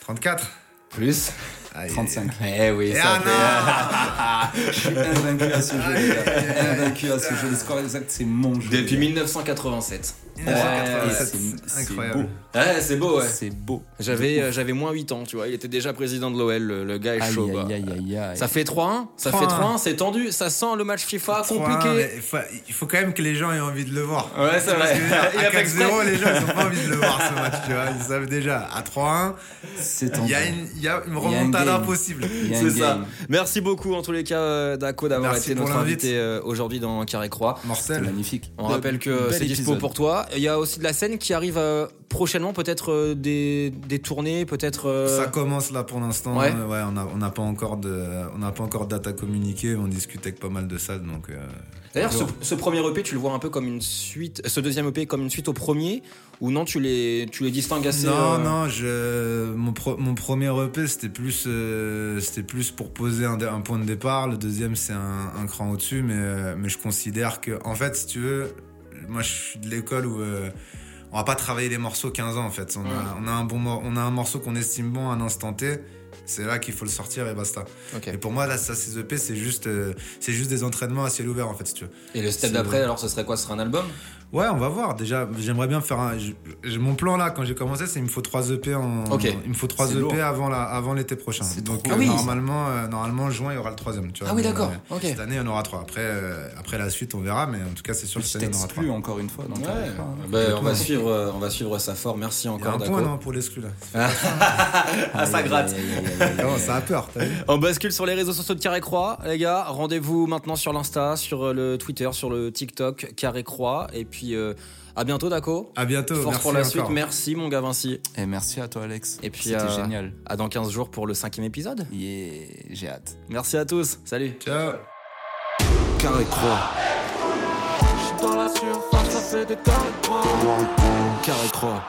S4: 34.
S3: Plus.
S4: Aïe.
S1: 35.
S3: Eh oui,
S4: Et
S3: ça
S4: ah
S3: fait-
S1: Je
S4: non
S1: suis invaincu à ce jeu, les gars. Invaincu à ce jeu. Le score exact, c'est mon jeu.
S3: Depuis
S1: les
S3: 1987.
S1: gars.
S4: 1987.
S1: C'est- c'est
S4: Incroyable.
S1: beau.
S3: Ouais, Eh, c'est beau, ouais.
S1: C'est beau.
S3: J'avais, euh, j'avais moins 8 ans, tu vois. Il était déjà président de l'OL, le, le gars est chaud.
S1: Aïe,
S3: bah.
S1: aïe, aïe, aïe, aïe.
S3: Ça fait 3-1, ça
S4: 3-1.
S3: fait 3-1, c'est tendu, ça sent le match FIFA
S4: Ouais,
S3: compliqué.
S4: mais fa- Il faut quand même que les gens aient envie de le voir.
S3: Ouais, c'est
S4: Parce
S3: vrai.
S4: que
S3: Il
S4: à
S3: a fait exprès.
S4: 4-0, les gens, ils ont pas envie de le voir ce match, tu vois. Ils savent déjà. À 3-1,
S1: C'est
S4: il y, a
S1: tendu.
S4: une- il y a une
S1: un
S4: remontade
S1: game.
S4: impossible.
S1: Il y a un
S3: C'est ça.
S1: game.
S3: Merci beaucoup en tous les cas euh, Daco d'avoir
S4: Merci
S3: été
S4: pour
S3: notre
S4: l'invite.
S3: invité euh, aujourd'hui dans Carré Croix.
S1: C'est
S4: Mortel.
S1: magnifique.
S3: On
S1: Bel-
S3: rappelle que
S1: bel
S3: c'est dispo
S1: épisode.
S3: pour toi. Il y a aussi de la scène qui arrive euh, prochainement, peut-être euh, des, des tournées, peut-être. euh,
S4: Ça commence là pour l'instant.
S3: Ouais.
S4: Euh, Ouais. on n'a on n'a pas encore de, on n'a pas encore de date à communiquer. On discute avec pas mal de salles, donc. euh,
S3: D'ailleurs, ce, ce premier EP, tu le vois un peu comme une suite. Ce deuxième EP comme une suite au premier, ou non Tu les, tu les distingues assez.
S4: Non,
S3: euh,
S4: non, je, mon, pro- mon premier EP, c'était plus, euh, c'était plus pour poser un, dé- un point de départ. Le deuxième, c'est un, un cran au-dessus, mais, euh, mais je considère que, en fait, si tu veux, moi, je suis de l'école où euh, on va pas travailler les morceaux 15 ans, en fait. On, a, on a un, bon, mor- on a un morceau qu'on estime bon à un instant T. C'est là qu'il faut le sortir et basta.
S3: ok.
S4: Et pour moi, là, ça, ces EP, c'est juste, euh, c'est juste des entraînements à ciel ouvert, en fait, si tu veux.
S3: Et le step
S4: C'est-
S3: d'après, alors, ce serait quoi Ce serait un album
S4: Ouais, on va voir. Déjà, j'aimerais bien faire un. j'ai- j'ai- Mon plan là, quand j'ai commencé, c'est il me faut 3 EP en.
S3: Ok.
S4: Il me faut 3
S1: C'est
S4: EP
S1: lourd.
S4: avant la, avant l'été prochain.
S1: C'est
S4: Donc
S1: trop
S4: euh,
S3: bien, ça.
S4: normalement, euh, normalement, juin, il y aura le troisième. Tu vois.
S3: Ah oui,
S4: Mais,
S3: d'accord.
S4: euh,
S3: Ok.
S4: Cette année, on aura trois. Après, euh, après la suite, on verra. Mais en tout cas, c'est sûr que
S1: Je
S4: cette année, on aura trois.
S1: t'exclus encore une fois. dans ta vie.
S3: Ben, on va suivre, euh, on va suivre sa forme. Merci
S4: Il y a
S3: encore
S4: un
S3: Daco.
S4: point non pour l'exclu là.
S3: Ah, ça gratte.
S4: Vraiment, ça a peur. t'as vu
S3: On bascule sur les réseaux sociaux de Carré Croix, les gars. Rendez-vous maintenant sur l'Insta, sur euh, le Twitter, sur le TikTok Carré Croix. Et puis euh, à bientôt, Daco.
S4: À bientôt.
S3: Force
S4: merci
S3: pour la
S4: encore.
S3: suite. Merci, mon gars Vinci.
S1: Et merci à toi, Alex.
S3: Et puis,
S1: c'était
S3: euh,
S1: génial.
S3: À dans 15 jours pour le cinquième épisode.
S1: Yeah, j'ai hâte.
S3: Merci à tous. Salut.
S4: Ciao.
S1: Carré croix,
S2: J'suis dans la surface, ça fait des carrés de bras.
S1: carré croix.